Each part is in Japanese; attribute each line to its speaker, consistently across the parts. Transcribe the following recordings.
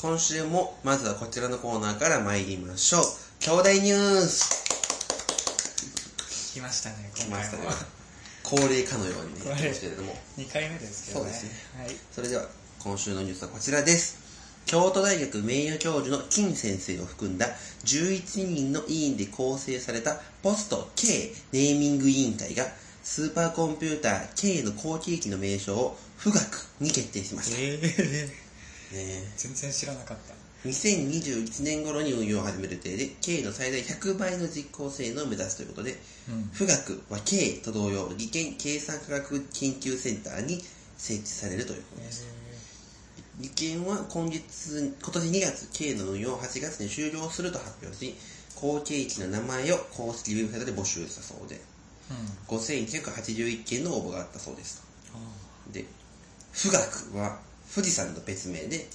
Speaker 1: 今週もまずはこちらのコーナーから参りましょう兄弟ニュース
Speaker 2: 来ましたね、
Speaker 1: 来
Speaker 2: 今
Speaker 1: ま
Speaker 2: 回
Speaker 1: したね
Speaker 2: も。
Speaker 1: 恒例かのようにねやってますけれども
Speaker 2: 2回目ですけどね。
Speaker 1: そうです
Speaker 2: はい。
Speaker 1: それでは今週のニュースはこちらです京都大学名誉教授の金先生を含んだ11人の委員で構成されたポスト K ネーミング委員会がスーパーコンピューター K の後継機の名称を富岳に決定しました、ね
Speaker 2: えー、
Speaker 1: え
Speaker 2: 全然知らなかった。
Speaker 1: 2021年頃に運用を始める予定で K の最大100倍の実効性能を目指すということで
Speaker 2: うん。
Speaker 1: 富岳は K と同様理研計算科学研究センターに設置されるということです理研は今月今年2月 K の運用を8月に終了すると発表し後継機の名前を公式ウェブサイトで募集したそうで
Speaker 2: うん。
Speaker 1: 5181件の応募があったそうです
Speaker 2: あ
Speaker 1: で富岳は富士山の別名で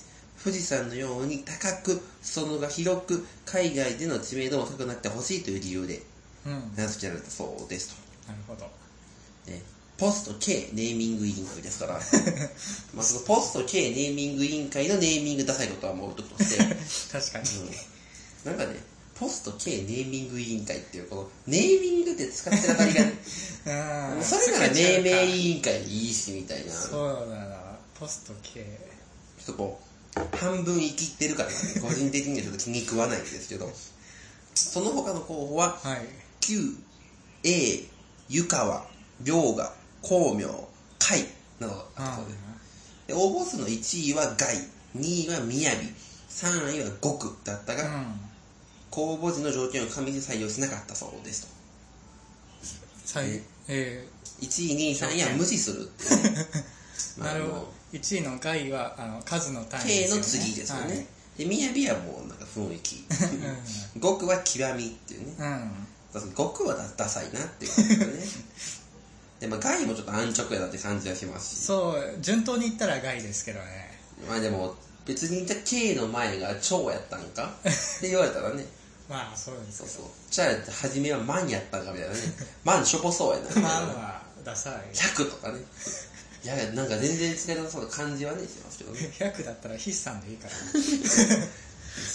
Speaker 1: 富士山のように高く裾野が広く海外での知名度も高くなってほしいという理由で
Speaker 2: ーうん。なる
Speaker 1: 名付けられたそうです
Speaker 2: ほど。
Speaker 1: と、ね、ポスト K ネーミング委員会ですからまあそのポスト K ネーミング委員会のネーミングダサいことはもう置いとくとして
Speaker 2: 確かに。
Speaker 1: うん、なんかねポスト K ネーミング委員会っていうこのネーミングって使ってるあたりが
Speaker 2: あー
Speaker 1: それなら
Speaker 2: す
Speaker 1: 命
Speaker 2: ぐ違う
Speaker 1: 名
Speaker 2: か
Speaker 1: 委員会でいいしみたいなちょ
Speaker 2: そうだな。ポスト系。
Speaker 1: っとこう半分生きってるからね個人的にはちょっと気に食わないんですけどその他の候補は
Speaker 2: はい。
Speaker 1: QA 湯川涼河光明海などがあったそうです
Speaker 2: う
Speaker 1: で応募数の1位は外2位は雅3位は極だったが、
Speaker 2: ん。うん
Speaker 1: 公募時の条件を加味して採用しなかったそうですと
Speaker 2: さいえ
Speaker 1: 1位2位3位は無視するっていう ね
Speaker 2: ー、なるほ
Speaker 1: あの
Speaker 2: ど。1位の外は、あの、数の単位
Speaker 1: K
Speaker 2: よ
Speaker 1: の次ですよね、で雅はもうなんか雰囲気 極は極みっていうね
Speaker 2: はいうん。
Speaker 1: 極はダダサいなっていう感じだね でまあ外もちょっと安直やなって感じがしますし
Speaker 2: そう、順当に言ったら外ですけどね。
Speaker 1: まあでも別にじゃあ K の前が超やったんかって言われたらね
Speaker 2: まあ、そうで
Speaker 1: そう
Speaker 2: す
Speaker 1: そうじゃあ初めは万やったんかみたいなね万しょぼそうやなみ
Speaker 2: け
Speaker 1: た
Speaker 2: ど。
Speaker 1: いな
Speaker 2: まあまあ、ダサい。
Speaker 1: 100とかねいやなんか全然違いなそうな感じはねしてますけどね
Speaker 2: 100だったら筆算でい いから。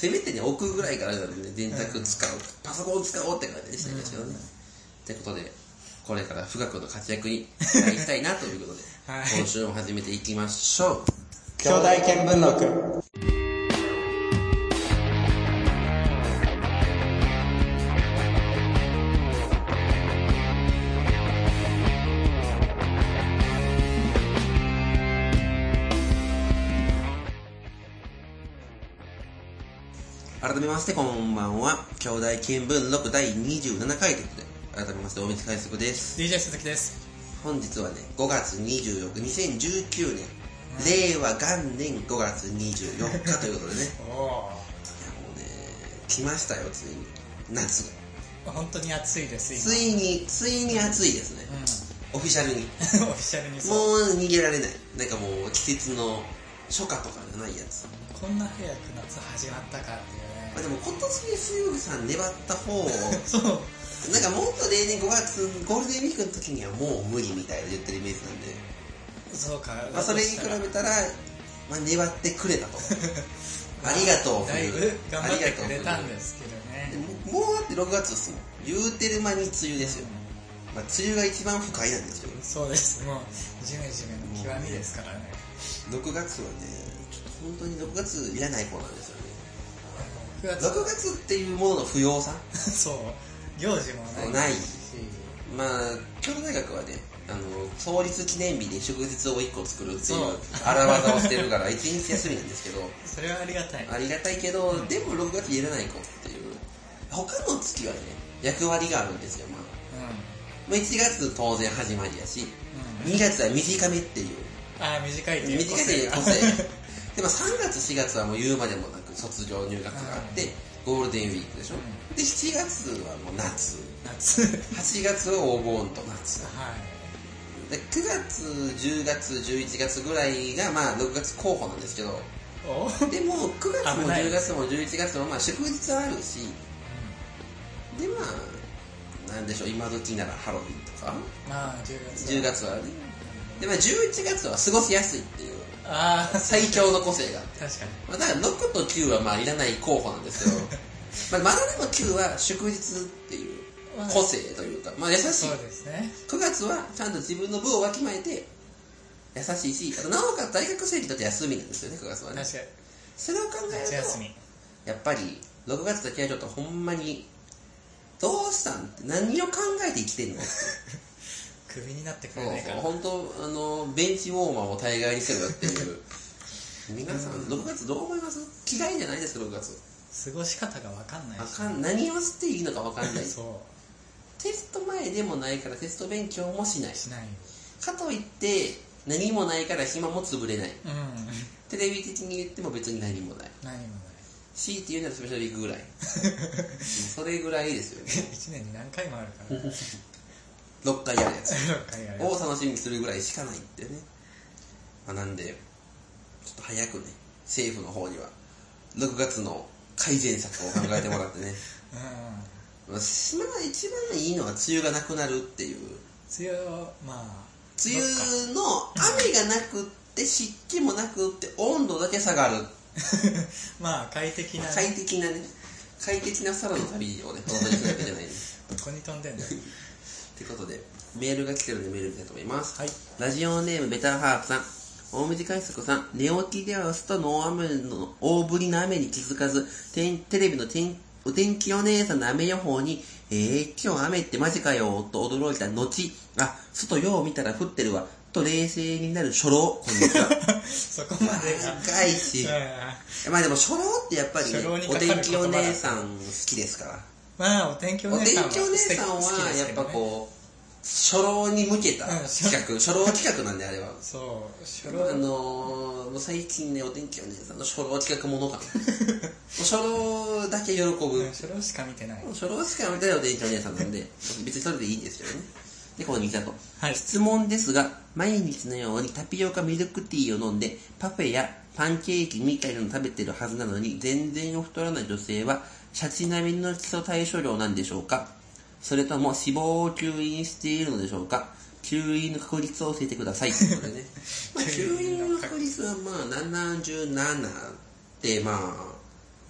Speaker 1: せめてね、置くぐらいからなんで、ね、電卓使う、パソコン使おうって感じでしたけどね。ってことで、これから富岳の活躍に期待したいなということで、
Speaker 2: はい
Speaker 1: 今週も始めていきましょう。
Speaker 2: 兄弟見聞録
Speaker 1: 改めまして、こんばんは。兄弟見聞録第27回ということで、改めまして、大道快速です。
Speaker 2: DJ 鈴木です
Speaker 1: 本日はね、5月24日、2019年、令和元年5月24日という ことでね、いや
Speaker 2: おお
Speaker 1: もうね、来ましたよ、ついに。夏が。
Speaker 2: 本当に暑いです
Speaker 1: ついに、ついに暑いですね。
Speaker 2: 今、うん、オ
Speaker 1: オ フィシャルに。
Speaker 2: フィシャルにそう
Speaker 1: もう逃げられない。なんかもう季節の初夏とかじゃないやつ。
Speaker 2: こんな早く夏始まったかって
Speaker 1: まあ、でも今年で水木さん粘った方 を、
Speaker 2: いうねそう
Speaker 1: なんかもっと例年5月、ゴールデンウィークの時にはもう無理みたいな言ってるイメージなんで、
Speaker 2: そうか、
Speaker 1: まあ、それに比べたら、まあ、粘ってくれた と。ありがとう。。
Speaker 2: だいぶ頑張ってくれたんですすけどね
Speaker 1: でももうだって6月ですもん。言うてる間に梅雨ですよ。まあ、梅雨が一番不快なんですけどね。
Speaker 2: そうですもうジメジメの極みですからね
Speaker 1: 6月はね、ちょっと本当に6月いらない子なんですよね。
Speaker 2: 9月
Speaker 1: 6月っていうものの不要さ
Speaker 2: そう行事もな
Speaker 1: な
Speaker 2: い
Speaker 1: い
Speaker 2: し
Speaker 1: まあ京都大学はねあの創立記念日に祝日を1個作るっていう
Speaker 2: そう
Speaker 1: 荒技をしてるから1日休みなんですけど
Speaker 2: それはありがたい
Speaker 1: ありがたいけど、でも6月いらない子っていう他の月はね役割があるんですよ、まあ、
Speaker 2: うん、うん
Speaker 1: まあ1月当然始まりやし2月は短めっていう
Speaker 2: ああ短いっていう
Speaker 1: 短いという個性でも3月4月はもう言うまでもなく卒業入学があってゴールデンウィークでしょ、
Speaker 2: うん
Speaker 1: で7月はもう夏
Speaker 2: 夏はい
Speaker 1: 8月はお盆と夏で9月10月11月ぐらいがまあ6月候補なんですけど
Speaker 2: お
Speaker 1: でも9月も
Speaker 2: 危ない
Speaker 1: 10月も11月もまあ祝日はあるしでまあなんでしょう今時ならハロウィンとか
Speaker 2: まあ10月
Speaker 1: 10月はねでまあ11月は過ごしやすいっていう
Speaker 2: ああ
Speaker 1: 最強の個性が。
Speaker 2: 確かに
Speaker 1: まあ、だから6と9はまあいらない候補なんです けど、まあ、まだでも9は祝日っていう個性というか、まあ優しい
Speaker 2: そう。ですね
Speaker 1: 9月はちゃんと自分の分をわきまえて、優しいし、あとなおかつ大学生にとって休みなんですよね、9月は
Speaker 2: 確
Speaker 1: ね
Speaker 2: か。
Speaker 1: それを考
Speaker 2: に
Speaker 1: える
Speaker 2: 夏休
Speaker 1: と、
Speaker 2: み
Speaker 1: やっぱり6月だけはちょっとほんまに、どうしたんって何を考えて生きてん の
Speaker 2: クビになってく
Speaker 1: そう
Speaker 2: れないか
Speaker 1: そう
Speaker 2: ら
Speaker 1: 本当あのベンチウォーマーを大概にしてるよっていう皆さん6月どう思います嫌いじゃないですか6月
Speaker 2: 過ごし方が分かんない
Speaker 1: あ
Speaker 2: し
Speaker 1: かん何をしていいのか分かんない
Speaker 2: そ
Speaker 1: テスト前でもないからテスト勉強もしないう
Speaker 2: しない
Speaker 1: かといって何もないから暇も潰れない
Speaker 2: うん
Speaker 1: テレビ的に言っても別に何もない
Speaker 2: 何もない
Speaker 1: C って言うならスペシャルウィークぐらいもうそれぐらいですよね
Speaker 2: 一年に何回もあるから
Speaker 1: 6回やるやつ
Speaker 2: 6回ある
Speaker 1: を楽しみにするぐらいしかないってね、まあ、なんでちょっと早くね政府の方には6月の改善策を考えてもらってね
Speaker 2: うん
Speaker 1: まあしまあ一番いいのは梅雨がなくなるっていう
Speaker 2: 梅雨をまあ
Speaker 1: 梅雨の雨がなくって湿気もなくって温度だけ下がる
Speaker 2: まあ快適な
Speaker 1: 快適なね快適な空の旅をねお届けす るわけじゃないね
Speaker 2: どこに飛んでんだよ
Speaker 1: ということでメールが来てるんでメール見たいと思います
Speaker 2: はい
Speaker 1: ラジオネームベターハーフさん大水海賊さん寝起きでは明日の大雨の大ぶりの雨に気づかず天テレビの天お天気お姉さんの雨予報に「えー、今日雨ってマジかよ」と驚いた後「あ外よう見たら降ってるわ」と冷静になる初老こんにちは
Speaker 2: そこまでが
Speaker 1: 長いし
Speaker 2: うん
Speaker 1: まあでも初老ってやっぱり、ね
Speaker 2: 初老に、か
Speaker 1: お
Speaker 2: かる言葉
Speaker 1: 天気お姉さん好きですから
Speaker 2: まあお天気お
Speaker 1: お
Speaker 2: 姉
Speaker 1: 天
Speaker 2: さんは
Speaker 1: 気お姉さんは
Speaker 2: 素敵です
Speaker 1: やっ
Speaker 2: けど
Speaker 1: ぱ
Speaker 2: ね
Speaker 1: こう初老に向けた
Speaker 2: うん
Speaker 1: 企画初老企画なんであれは
Speaker 2: そう初老
Speaker 1: あのー、もう最近ねお天気お姉さんの初老企画 ものかなもう初老だけ喜ぶ
Speaker 2: うん初老しか見てない
Speaker 1: 初老しか見たいお天気お姉さんなんで別にそれでいいんですよねでここに来たと
Speaker 2: はい
Speaker 1: 質問ですが毎日のようにタピオカミルクティーを飲んでパフェやパンケーキみたいなの食べてるはずなのに全然太らない女性はシャチ並みの基礎代謝量なんでしょうかそれとも脂肪を吸引しているのでしょうか吸引の確率を教えてくださいということでね、まあ、吸引の確率はまあ77ってま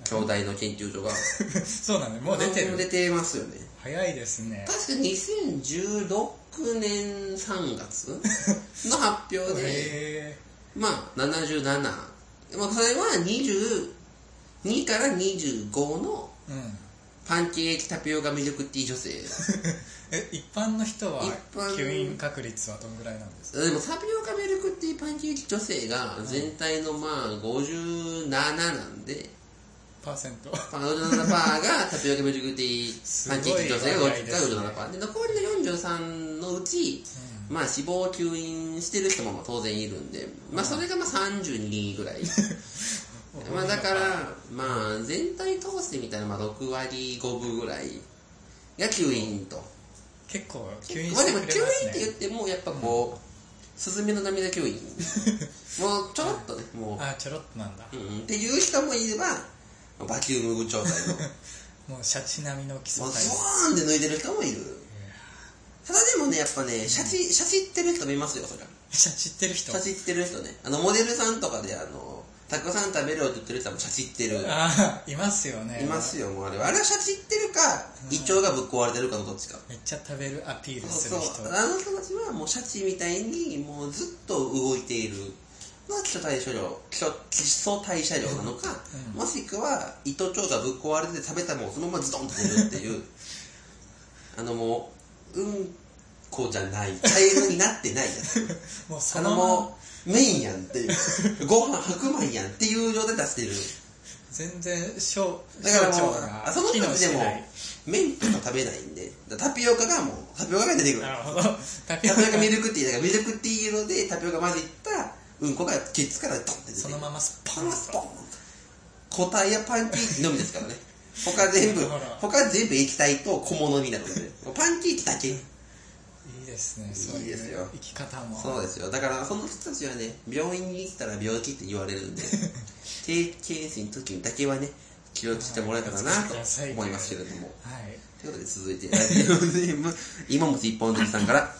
Speaker 1: あ兄弟の研究所が
Speaker 2: そうなんでもう 出て
Speaker 1: もう
Speaker 2: る
Speaker 1: 出てますよね
Speaker 2: 早いですね
Speaker 1: 確か2016年3月の発表 で、
Speaker 2: へ
Speaker 1: まあ77、まあ、それは22から25の
Speaker 2: えうん
Speaker 1: パンケーキタピオカミルクティー女性
Speaker 2: え一般の人は
Speaker 1: 一般
Speaker 2: 吸引確率はどんぐらいなんです
Speaker 1: でもタピオカミルクティーパンケーキ女性が全体のまあ57なんで、
Speaker 2: パーセント
Speaker 1: パー57%がタピオカミルクティーパンケーキ女性が
Speaker 2: すごい割合ですね
Speaker 1: 57%で残りの43のうち、まあ脂肪を吸引してる人も当然いるんで、まあそれがまあ32ぐらい。 まあだから、まあ全体通してみたらまあ6割5分ぐらいが吸引と。
Speaker 2: 結構吸引
Speaker 1: まあ
Speaker 2: し
Speaker 1: で
Speaker 2: て
Speaker 1: も
Speaker 2: く
Speaker 1: 吸
Speaker 2: れま
Speaker 1: 引って言っ
Speaker 2: すね
Speaker 1: てもやっぱこう、スズメの涙吸引。 もうちょろっとね、も
Speaker 2: あちょろっとなんだ
Speaker 1: う、うん、っていう人もいれば、バキューム状態 の。
Speaker 2: もうシャチ並みの基礎
Speaker 1: もう
Speaker 2: 体
Speaker 1: ズ
Speaker 2: 質
Speaker 1: ワーンって抜いてる人もいるただでもねやっぱねシャチシャチってる人もいますよそりゃ
Speaker 2: シャチってる人
Speaker 1: シャチってる人ねあのモデルさんとかであのたくさん食べるよって言ってる人もシャチってる
Speaker 2: ああいますよね
Speaker 1: いますよもうあれはあれはシャチってるか胃腸がぶっ壊れてるかのどっちか
Speaker 2: めっちゃ食べるアピールす
Speaker 1: そ
Speaker 2: る
Speaker 1: う
Speaker 2: 人
Speaker 1: そうあの人たちはもうシャチみたいにもうずっと動いているのが基礎代謝量基礎基礎代謝量なのか、もしくは胃と腸がぶっ壊れて食べたものをそのままズドンと出るって いうあのもううんこじゃない茶色になってないやつ
Speaker 2: もう
Speaker 1: あ
Speaker 2: そ
Speaker 1: の
Speaker 2: のまま
Speaker 1: もう麺やんっていう ご飯白米やんっていう状態で出してる
Speaker 2: 全然小
Speaker 1: だから
Speaker 2: 小
Speaker 1: もう
Speaker 2: 腸
Speaker 1: あその人たちでも
Speaker 2: ない
Speaker 1: 麺とか食べないんでだからタピオカがもうタピオカが出てくる
Speaker 2: なるほどタピオ
Speaker 1: タ
Speaker 2: カ
Speaker 1: ピオカミルクティーだからミルクティー色でタピオカ混じったうんこがケツからドンって出て
Speaker 2: そのままス
Speaker 1: パ
Speaker 2: パ
Speaker 1: ン
Speaker 2: ン
Speaker 1: ス
Speaker 2: ス
Speaker 1: ポ
Speaker 2: ポ
Speaker 1: ン答えやパンケーキのみですからね他全 部
Speaker 2: だから
Speaker 1: 他全部液体と小物になるのでパンケーキだけ
Speaker 2: いいですねそう
Speaker 1: いい
Speaker 2: い
Speaker 1: ですよ
Speaker 2: う生き方も
Speaker 1: そうですよだからその人たちはね病院に行ったら病気って言われるんで定期検診の時にだけはね気をつけてもらえたらなと思いますけれども
Speaker 2: はい
Speaker 1: ということで続いてラジオネーム今もち一本釣りさんから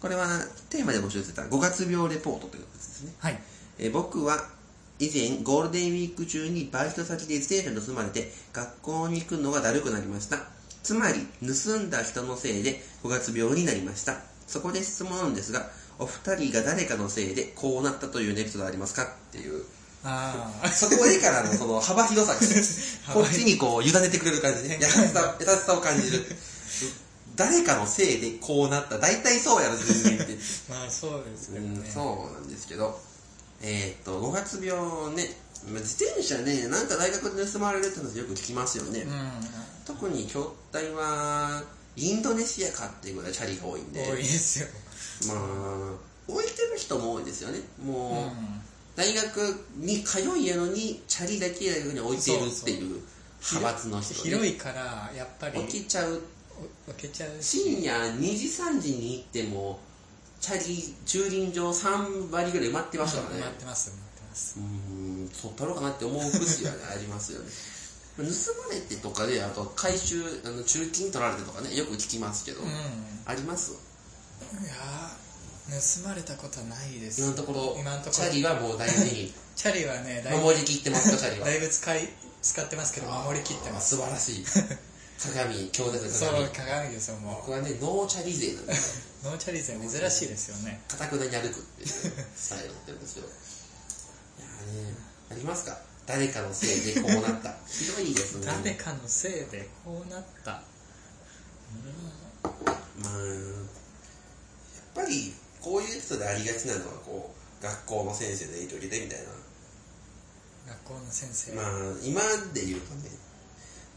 Speaker 1: これはテーマで募集してた5月病レポートということですね
Speaker 2: はい
Speaker 1: ええー僕は以前ゴールデンウィーク中にバイト先で自転車盗まれて学校に行くのがだるくなりましたつまり盗んだ人のせいで5月病になりましたそこで質問なんですがお二人が誰かのせいでこうなったというエピソードはありますかっていう
Speaker 2: あ あ
Speaker 1: そこでからのその幅広さがねこ
Speaker 2: 幅広い
Speaker 1: っちにこう委ねてくれる感じね優しさ優しさを感じる誰かのせいでこうなった大体そうやろ人間って
Speaker 2: まあそうですけどね、
Speaker 1: うん、そうなんですけど、えーっと5月病ね、まあ自転車ね、なんか大学で盗まれるって話よく聞きますよね、
Speaker 2: うん
Speaker 1: 特に京大はインドネシアかっていうぐらいチャリが多いんで、
Speaker 2: 多いですよ、
Speaker 1: まあ、置いてる人も多いですよね、
Speaker 2: う
Speaker 1: もう、
Speaker 2: ん
Speaker 1: 大学に通いやのに、チャリだけ大学に置いているっていう派閥の人、ね、
Speaker 2: 広いからやっぱり
Speaker 1: 起きちゃう
Speaker 2: お置けちゃうし
Speaker 1: 深夜2時3時に行ってもチャリ駐輪場3割ぐらい埋まってましたからね
Speaker 2: 待ってます待ってます
Speaker 1: うーん取ったろうかなって思う節はねありますよね盗まれてとかであと回収あの中金取られてとかねよく聞きますけど、
Speaker 2: うん
Speaker 1: あります
Speaker 2: いやー盗まれたことはないです
Speaker 1: 今のところ
Speaker 2: 今のところ
Speaker 1: チャリはもう大事に
Speaker 2: チャリはねだいぶ
Speaker 1: 守りきってますかチャリは
Speaker 2: だいぶ使い使ってますけど守りきってます
Speaker 1: 素晴らしい鏡強烈
Speaker 2: そ
Speaker 1: な鏡
Speaker 2: う鏡ですよも
Speaker 1: 僕はねノーチャリ勢なんですよ
Speaker 2: うノーチャリ勢珍しいですよね
Speaker 1: かたくなに歩くっていうスタイルやってるんですよいやーねありますか誰かのせいでこうなったひどいですね
Speaker 2: 誰かのせいでこうなった
Speaker 1: まあやっぱりこういうエピソードありがちなのはこう学校の先生の影響を受けてみたいな
Speaker 2: 学校の先生、
Speaker 1: まあ今で言うとね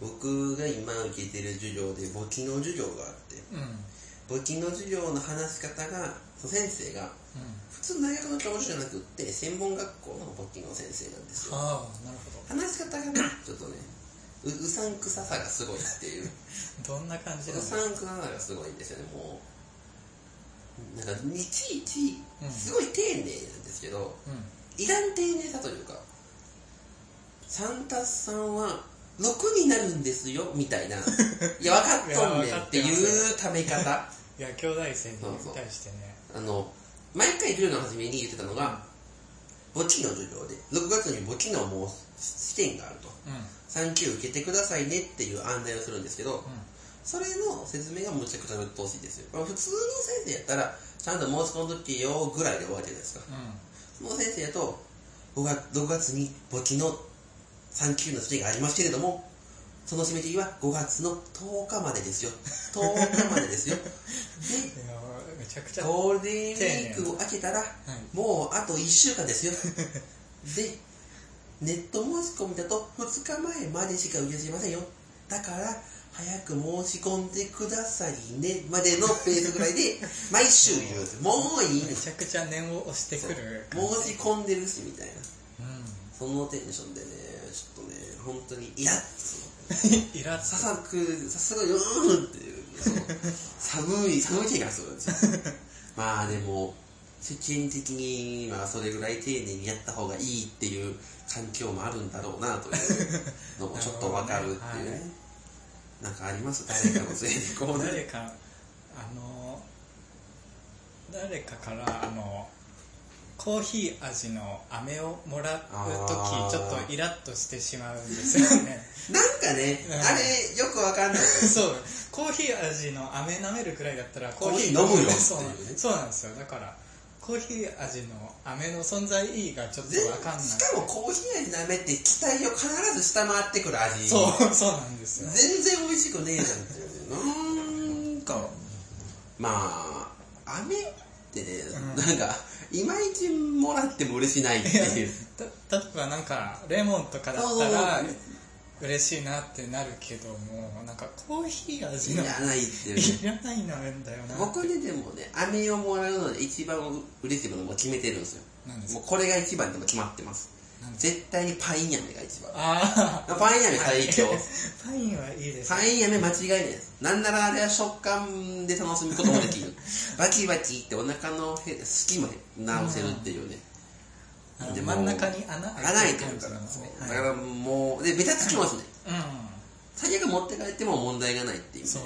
Speaker 1: 僕が今受けてる授業で簿記の授業があって
Speaker 2: うんうん
Speaker 1: 簿記の授業の話し方がその先生が普通の大学の教授じゃなくって専門学校の簿記の先生なんですよ
Speaker 2: ああなるほ
Speaker 1: 話し方がねちょっとねううさんくささがすごいっていう
Speaker 2: どどんな感じ
Speaker 1: う
Speaker 2: だろう
Speaker 1: さんくささがすごいんですよねもうなんかいちいち
Speaker 2: うん
Speaker 1: すごい丁寧なんですけど、
Speaker 2: う
Speaker 1: いらん丁寧さというか3たす3は6になるんですよみたい ないや分かっとんねんっていうため方
Speaker 2: んいや兄弟生に対してね
Speaker 1: あの毎回授業の初めに言ってたのが簿記の授業で6月に簿記のもう試験があると
Speaker 2: うんうん
Speaker 1: 3級受けてくださいねっていう案内をするんですけど、それの説明がむちゃくちゃうっとうしいですよ。まあ普通の先生やったら、ちゃんと申し込んどきよぐらいで終わるじゃないですか。その先生やと、5月 ,6 月に簿記の3級の試験がありますけれども、その締め切りは5月の10日までですよ。10日まで ですよ。
Speaker 2: うんいやめちゃくち
Speaker 1: で、
Speaker 2: ゃ
Speaker 1: ゴールデンウィークを明けたら、
Speaker 2: い
Speaker 1: もうあと1週間ですよ。で、ネット申し込みだと2日前までしか受け付けませんよ。だから、早く申し込んでくださいね、までのペースぐらいで、毎週言うんですよ。もういいんで
Speaker 2: め
Speaker 1: す
Speaker 2: ちゃくちゃ念を押してくる
Speaker 1: よ。申し込んでるし、みたいな。
Speaker 2: う
Speaker 1: そのテンションでね、ちょっとね、本当に、いや、その
Speaker 2: んイラつ
Speaker 1: ささく、さすがよーんっていう、その寒い、寒い気がするんです よ。まあでも、世間的にはそれぐらい丁寧にやった方がいいっていう環境もあるんだろうなというのもちょっとわかるっていうね。なんかあります誰かのせいでこうなる。
Speaker 2: 誰かあの誰かからあのコーヒー味の飴をもらう
Speaker 1: あー
Speaker 2: 時ちょっとイラッとしてしまうんですよね
Speaker 1: なんかね、
Speaker 2: うん
Speaker 1: あれよくわ かんない。
Speaker 2: そうコーヒー味の飴舐めるくらいだったらコーヒー
Speaker 1: コーヒー飲むよ
Speaker 2: そう
Speaker 1: っていうね
Speaker 2: そうなんですよだからコーヒー味の飴の存在意義がちょっと
Speaker 1: 全
Speaker 2: わかんない
Speaker 1: しかもコーヒー味舐めって期待を必ず下回ってくる味。
Speaker 2: そうそうなんですよ
Speaker 1: 全然美味しくねえじゃんってなんかまあ飴ってね、
Speaker 2: うん
Speaker 1: なんかいまいちもらっても嬉しないって
Speaker 2: いや
Speaker 1: いう
Speaker 2: た例えばなんかレモンとかだったら嬉しいなってなるけどもなんかコーヒー味
Speaker 1: い
Speaker 2: の
Speaker 1: らないっていうね
Speaker 2: いらないなめんだよな
Speaker 1: 僕ねでもね飴をもらうので一番嬉しいものも決めてるんですよ
Speaker 2: なんです
Speaker 1: も
Speaker 2: か
Speaker 1: うこれが一番でも決まってます
Speaker 2: なんです
Speaker 1: 絶対にパイン飴が一番
Speaker 2: ああ
Speaker 1: パイン飴最強
Speaker 2: パインはいいです
Speaker 1: パイン飴間違いないですなんならあれは食感で楽しむこともで きるバキバキってお腹のへ隙間で直せるっていうね、
Speaker 2: あの
Speaker 1: でも
Speaker 2: 真ん中に穴
Speaker 1: 穴開いて
Speaker 2: 感
Speaker 1: る
Speaker 2: じ
Speaker 1: か
Speaker 2: な
Speaker 1: ら、
Speaker 2: んですね
Speaker 1: だか
Speaker 2: はい
Speaker 1: らもうでべたつきますね
Speaker 2: う
Speaker 1: 最悪持って帰っても問題がないっていうね
Speaker 2: そ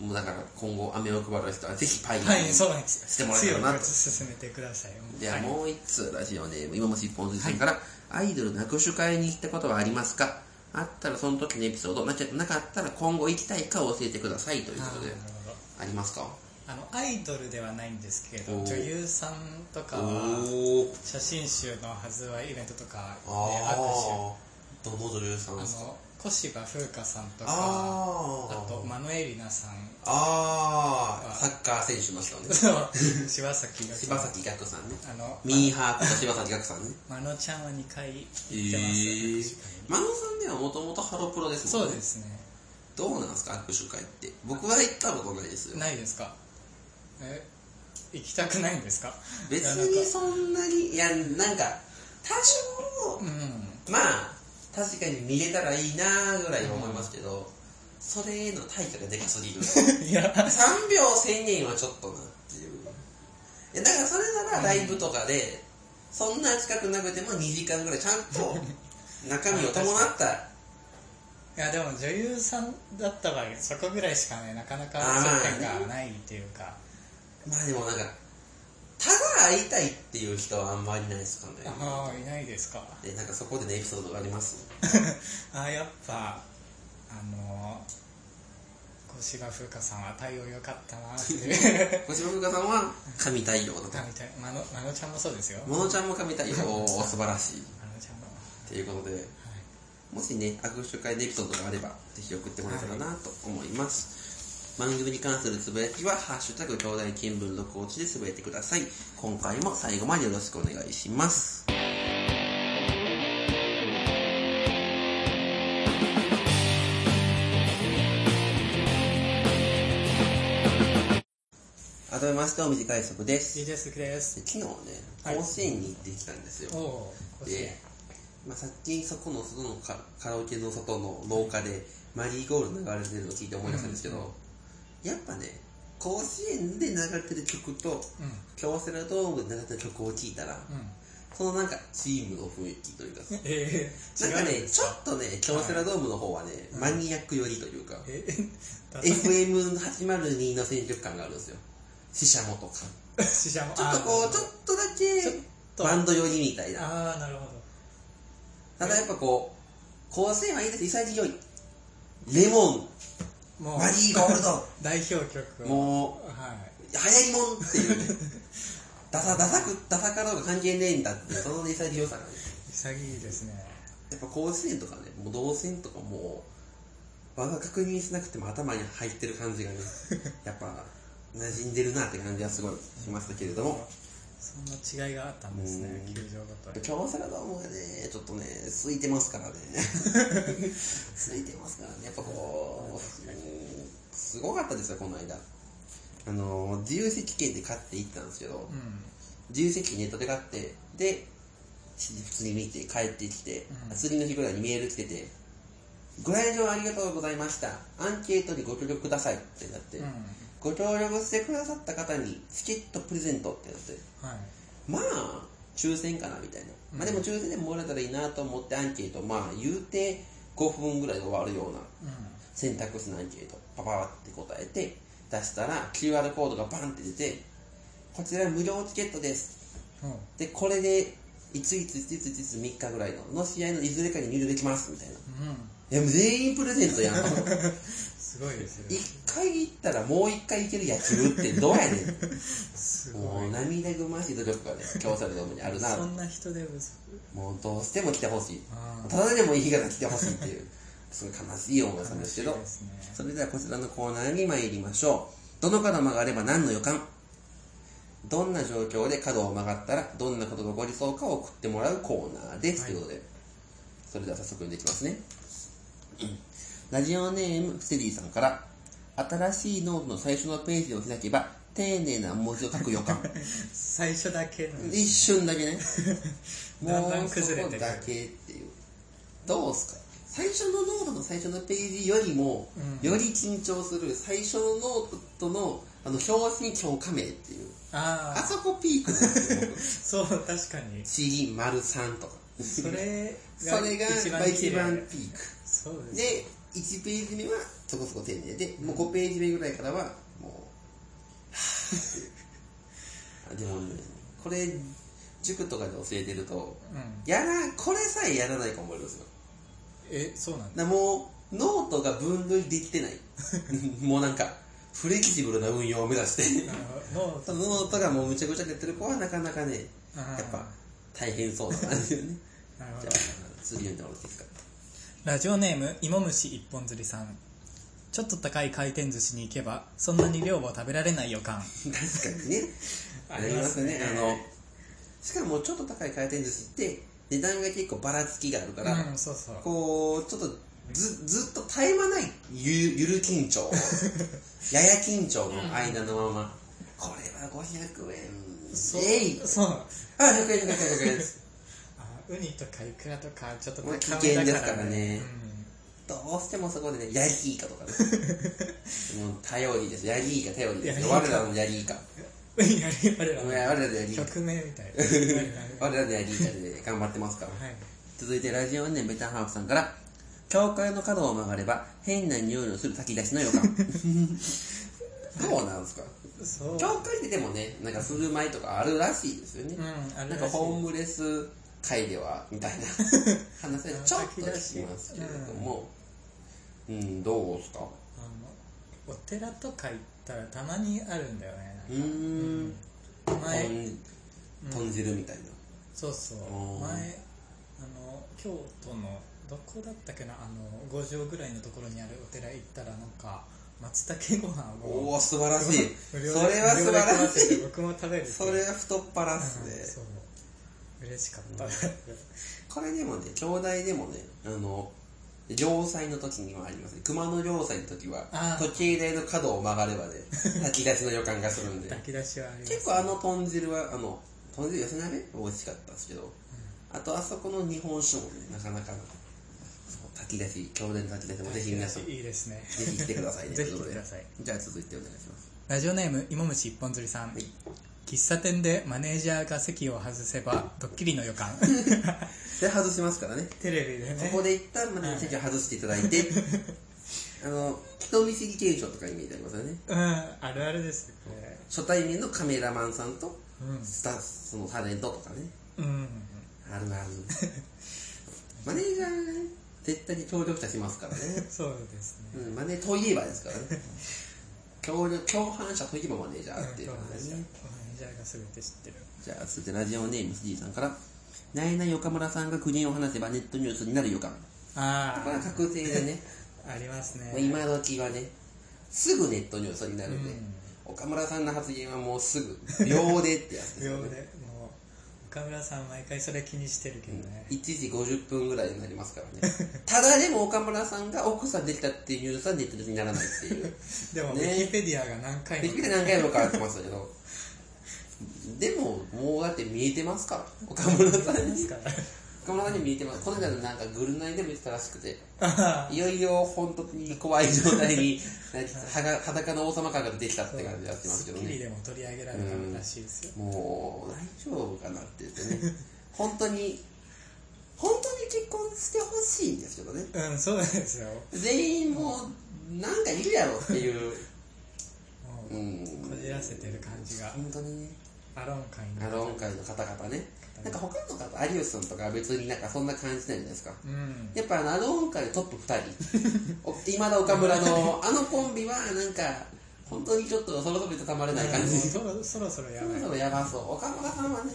Speaker 2: う
Speaker 1: もうだから今後飴を配る人はぜひパイン
Speaker 2: はい、そうなんですよ。
Speaker 1: してもらえたらなと
Speaker 2: 強く進めてください。
Speaker 1: では
Speaker 2: はい
Speaker 1: もう一通ラジオネーム今もし一本筋さんから、アイドルの握手会に行ったことはありますかあったらその時のエピソードなきゃなかったら今後行きたいか教えてくださいという
Speaker 2: あ
Speaker 1: こ
Speaker 2: ー
Speaker 1: とで
Speaker 2: なるほど
Speaker 1: ありますか
Speaker 2: あのアイドルではないんですけれど
Speaker 1: おー
Speaker 2: 女優さんとかは
Speaker 1: おー
Speaker 2: 写真集の発売イベントとかで握
Speaker 1: あーどの女優さん
Speaker 2: 手あ
Speaker 1: ですか
Speaker 2: の小芝風花さんとかあ
Speaker 1: あー
Speaker 2: とマヌエリナ さん
Speaker 1: あーサッカー選手の人ね
Speaker 2: 柴崎が
Speaker 1: 柴崎岳さんね
Speaker 2: あの
Speaker 1: ミーハーこと柴崎岳さんね
Speaker 2: まのちゃんは2回行ってます、
Speaker 1: えー、真野さんではもともとハロプロですも
Speaker 2: そ
Speaker 1: ん
Speaker 2: う
Speaker 1: ね
Speaker 2: ですね
Speaker 1: どうなんですか握手会って僕は行ったことないですよ
Speaker 2: ないですかえ行きたくないんですか
Speaker 1: 別
Speaker 2: い
Speaker 1: に
Speaker 2: や
Speaker 1: そんなにいやなんか多少
Speaker 2: なんかうん
Speaker 1: まあ確かに見れたらいいなぐらいは思いますけど、それへの対価がでかす ぎる
Speaker 2: いや、
Speaker 1: 3秒1000円はちょっとなっていういやだからそれならライブとかで、そんな近くなくても2時間ぐらいちゃんと中身を伴った
Speaker 2: いやでも女優さんだった場合そこぐらいしかねなかなか接点がないっていうか
Speaker 1: まあでもなんかただ会いたいっていう人はあんまりいないですかね
Speaker 2: ああいないですか
Speaker 1: でなんかそこでねエピソードがあります
Speaker 2: ああやっぱあの小芝風花さんは対応良かったなっていう
Speaker 1: 小島風花さんは神対応だと
Speaker 2: あみたいまのまのちゃんもそうですよま
Speaker 1: モノちゃんも神対応 素晴らしい
Speaker 2: のちゃんも、
Speaker 1: ということで
Speaker 2: は
Speaker 1: もしね握手会でエピソードがあればぜひ送ってもらえたらなと思います、番組に関するつぶやきは「ハッシュタグ兄弟見聞録音地」でつぶやいてください今回も最後までよろしくお願いします改めましてお短い速で
Speaker 2: い、
Speaker 1: す
Speaker 2: DJ 鈴木です
Speaker 1: 昨日ね
Speaker 2: はい
Speaker 1: 甲子園に行ってきたんですよ、
Speaker 2: おおー小芝
Speaker 1: で、まあ、さっきそこの外のカカラオケの外の廊下でマリーゴールド流れてるのを聞いて思い出したんですけど、やっぱね甲子園で流れてる曲と
Speaker 2: うん
Speaker 1: 京セラドームで流れてる曲を聴いたら
Speaker 2: うん
Speaker 1: そのなんかチームの雰囲気というか
Speaker 2: ええ
Speaker 1: な
Speaker 2: 違
Speaker 1: ん
Speaker 2: う
Speaker 1: か
Speaker 2: ん
Speaker 1: ね
Speaker 2: で
Speaker 1: ち
Speaker 2: す
Speaker 1: ょっとね京セラドームの方はね、
Speaker 2: はい
Speaker 1: マニアック寄りというか
Speaker 2: え
Speaker 1: FM802 の選曲感があるんですよ死者もとか
Speaker 2: 死者も
Speaker 1: ちょっとこうちょっとだけ
Speaker 2: と
Speaker 1: バンド寄りみたいな
Speaker 2: あーあーなるほど
Speaker 1: ただやっぱこう甲子園はいいです潔いレモン
Speaker 2: もう
Speaker 1: マリーゴールド
Speaker 2: 代表曲を
Speaker 1: も
Speaker 2: はい
Speaker 1: 流行りもんっていうね ダサダサくダサかろうが関係ねえんだっていうその潔さがね
Speaker 2: 潔いですね
Speaker 1: やっぱ甲子園とかねもう動線とかもう場が確認しなくても頭に入ってる感じがねやっぱ馴染んでるなって感じはすごいしましたけれども
Speaker 2: そんな違いがあったんですね
Speaker 1: うん
Speaker 2: 球場ごとに
Speaker 1: 京セラドームがねちょっとね空いてます からね空いてますからねやっぱこううんすごかったですよこの間あの自由席券で買って行ったんですけど
Speaker 2: うん
Speaker 1: 自由席ネットで買ってで普通に見て帰ってきて、
Speaker 2: うん
Speaker 1: 次の日ぐらいにメール来てて「ご来場ありがとうございましたアンケートにご協力ください」ってなって、
Speaker 2: うん
Speaker 1: ご協力してくださった方にチケットプレゼントってなって
Speaker 2: はい
Speaker 1: まあ抽選かなみたいな、
Speaker 2: うん
Speaker 1: まあでも抽選でもらえたらいいなと思ってアンケートまあ言うて5分ぐらいで終わるような
Speaker 2: う
Speaker 1: 選択肢のアンケートパパって答えて出したら QR コードがバンって出てこちら無料チケットです
Speaker 2: んうん
Speaker 1: でこれでいついついついついつ3日ぐらいのの試合のいずれかに入場できますみたいな
Speaker 2: うん
Speaker 1: いやもう全員プレゼントやん
Speaker 2: すごいですよね
Speaker 1: 一回行ったらもう一回行ける野球ってどうやね
Speaker 2: す
Speaker 1: んも
Speaker 2: ご
Speaker 1: う
Speaker 2: い
Speaker 1: 涙ぐましい努力がね京セラドームにあるな
Speaker 2: そんな人手不足
Speaker 1: もうどうしても来てほしい
Speaker 2: あ
Speaker 1: ただでもいいから来てほしいっていう すごい悲しい思いがしたんですけど
Speaker 2: 楽しいですね
Speaker 1: それではこちらのコーナーに参りましょうどの角を曲がれば何の予感どんな状況で角を曲がったらどんなことが起こりそうかを送ってもらうコーナーです、
Speaker 2: はい
Speaker 1: ということでそれでは早速読んでいきますねうんラジオネームフセリーさんから新しいノートの最初のページを開けば丁寧な文字を書く予感
Speaker 2: 最初だけなんです
Speaker 1: 一瞬だけね
Speaker 2: だん
Speaker 1: も
Speaker 2: だん
Speaker 1: うそ
Speaker 2: 崩れ
Speaker 1: こ
Speaker 2: てくる
Speaker 1: だけっていうどうっすか最初のノートの最初のページよりも、
Speaker 2: うん
Speaker 1: より緊張する最初のノートのあの表紙に今日亀っていう
Speaker 2: あ
Speaker 1: あ
Speaker 2: あ
Speaker 1: そこピークなんです よ僕
Speaker 2: そう確かに
Speaker 1: ち丸三とか
Speaker 2: それ
Speaker 1: それが
Speaker 2: 一
Speaker 1: 一
Speaker 2: 番
Speaker 1: 番
Speaker 2: 綺麗
Speaker 1: ピーク
Speaker 2: そうです
Speaker 1: で1ページ目はそこそこ丁寧で、もう5ページ目ぐらいからはもう あでも、ね、これ塾とかで教えてると
Speaker 2: うん
Speaker 1: やらこれさえやらないか思いますよ
Speaker 2: えそうなんだ
Speaker 1: だからもうノートが分類できてない もうなんかフレキシブルな運用を目指して
Speaker 2: あの
Speaker 1: そのノートがもうむちゃくちゃでやってる子はなかなかね
Speaker 2: あー
Speaker 1: やっぱ大変そうなんです よね
Speaker 2: なるほ
Speaker 1: じ
Speaker 2: ど
Speaker 1: ゃあ次読んでもらっていいですか
Speaker 2: ラジオネーム芋虫一本釣りさんちょっと高い回転寿司に行けばそんなに量を食べられない予感
Speaker 1: 確かにねありますねあのしかもちょっと高い回転寿司って値段が結構ばらつきがあるから、
Speaker 2: うんそうそう
Speaker 1: こうちょっとずずっと絶え間ないゆゆる緊 張やや緊張の間のままこれは500円
Speaker 2: そう
Speaker 1: えい
Speaker 2: そう
Speaker 1: あ100円100円100円
Speaker 2: あウニとかイクラとかちょっと
Speaker 1: まあ危
Speaker 2: 高
Speaker 1: 険
Speaker 2: め
Speaker 1: で
Speaker 2: だ
Speaker 1: す
Speaker 2: か
Speaker 1: かららね
Speaker 2: うん
Speaker 1: どうしてもそこでねヤギイカと かねもう頼りですヤギイカ頼りですよ
Speaker 2: ヤ
Speaker 1: 我
Speaker 2: ギイカ
Speaker 1: らのヤギイカ
Speaker 2: うんやれやれ
Speaker 1: 我らのヤギイカ
Speaker 2: 曲名みたいなやれやれ
Speaker 1: 我らのヤギイカで頑張ってますから
Speaker 2: はい
Speaker 1: 続いてラジオネームベタンハーフさんから教会の角を曲がれば変な匂いのする炊き出しの予 感そうなんですか
Speaker 2: そう
Speaker 1: 教会ってでもねなんか振る舞いとかあるらしいですよね、
Speaker 2: うんある
Speaker 1: なん
Speaker 2: らしい
Speaker 1: かホームレス会ではみたい な話はちょっと聞きますけれどもうん、どうですか
Speaker 2: あのお寺とか行ったらたまにあるんだよね
Speaker 1: うーん
Speaker 2: なんか前
Speaker 1: 豚豚汁みたいな、
Speaker 2: そうそう
Speaker 1: おー
Speaker 2: 前あの京都のどこだったっけなあの五条ぐらいのところにあるお寺行ったらなんか松茸ご飯
Speaker 1: お
Speaker 2: を
Speaker 1: お素晴らしいそ
Speaker 2: 無
Speaker 1: れ
Speaker 2: 料で
Speaker 1: は素晴ら
Speaker 2: 無料で配って
Speaker 1: してい
Speaker 2: 僕も食べる
Speaker 1: それは太っ腹っ
Speaker 2: うん
Speaker 1: すね、
Speaker 2: そう嬉しかった、
Speaker 1: これでもね兄弟でもねあの良祭の時にもありますね熊野良祭の時は
Speaker 2: あー
Speaker 1: 時計台の角を曲がれ ばね炊き出しの予感がするんで
Speaker 2: 炊き出しはあります
Speaker 1: 結構あの豚汁はあの豚汁寄せ鍋美味しかったんですけど、あとあそこの日本酒もねなかなかのそう炊き出し兄弟の炊き出しもぜひ皆さんぜ
Speaker 2: いいですね
Speaker 1: ひ来てくださいね
Speaker 2: ぜひ
Speaker 1: ということで
Speaker 2: 来てください
Speaker 1: じゃあ続いてお願いします
Speaker 2: ラジオネーム芋虫一本釣りさん、
Speaker 1: はい
Speaker 2: 喫茶店でマネージャーが席を外せばドッキリの 予感
Speaker 1: で外しますからね
Speaker 2: テレビでね
Speaker 1: ここで一旦マネージャー外していただい てあの人見知り検証とかイメージありますよね
Speaker 2: うんあるあるですねこれ
Speaker 1: 初対面のカメラマンさんと
Speaker 2: うん
Speaker 1: スタッフそのタレントとかね
Speaker 2: うん
Speaker 1: あるあるマネージャーがね絶対に協力者しますからね、
Speaker 2: そうですね
Speaker 1: うん、マネといえばですから ね協力共犯者といえばマネージャーっていう感じでね
Speaker 2: ジャーが全て知ってる
Speaker 1: じゃあ続いてラジオネームスジーさんから「ないない岡村さんが苦言を話せばネットニュースになる予感」
Speaker 2: あ
Speaker 1: これは確定でね
Speaker 2: あありますね
Speaker 1: まあ今時 はねすぐネットニュースになるんで、
Speaker 2: うん
Speaker 1: 岡村さんの発言はもうすぐ秒でってやつです
Speaker 2: 秒
Speaker 1: よね
Speaker 2: でもう岡村さん毎回それ気にしてるけどね、
Speaker 1: 1時50分ぐらいになりますからね ただでも岡村さんが奥さんできたっていうニュースはネットニュースにならないっていう
Speaker 2: でもウ
Speaker 1: ね
Speaker 2: ィキペディアが何 回
Speaker 1: で
Speaker 2: も
Speaker 1: きて何回も変わってましたけどでももうだって見えてますから岡村さん
Speaker 2: で
Speaker 1: に
Speaker 2: すから
Speaker 1: 岡村さんに見えてますこの間のなんかぐるナイでも言ってたらしくて
Speaker 2: あ
Speaker 1: いよいよ本当に怖い状態 にはが裸の王様感が出てきたって感じでやって
Speaker 2: ー
Speaker 1: ます
Speaker 2: ス
Speaker 1: けど
Speaker 2: ッキリ
Speaker 1: ね
Speaker 2: でも取り上げられたらしいですよ、
Speaker 1: もう大丈夫かなって言ってね本当に本当に結婚してほしいんですけどね
Speaker 2: うん そうなんですよ
Speaker 1: 全員もうなんかいるやろっていう、
Speaker 2: も
Speaker 1: う、
Speaker 2: うんこじらせてる感じが
Speaker 1: 本当にね
Speaker 2: アロン会に
Speaker 1: アローン会の方々ねなんか他の方有吉さんとかは別になんかそんな感じないじゃないですか
Speaker 2: うん
Speaker 1: やっぱあのアローン会のトップ2人 今田岡村のあのコンビはなんか本当にちょっとそろそろいたまれない感じそ
Speaker 2: もうそろそろそろやばい
Speaker 1: ろそろやばそう岡村さんはね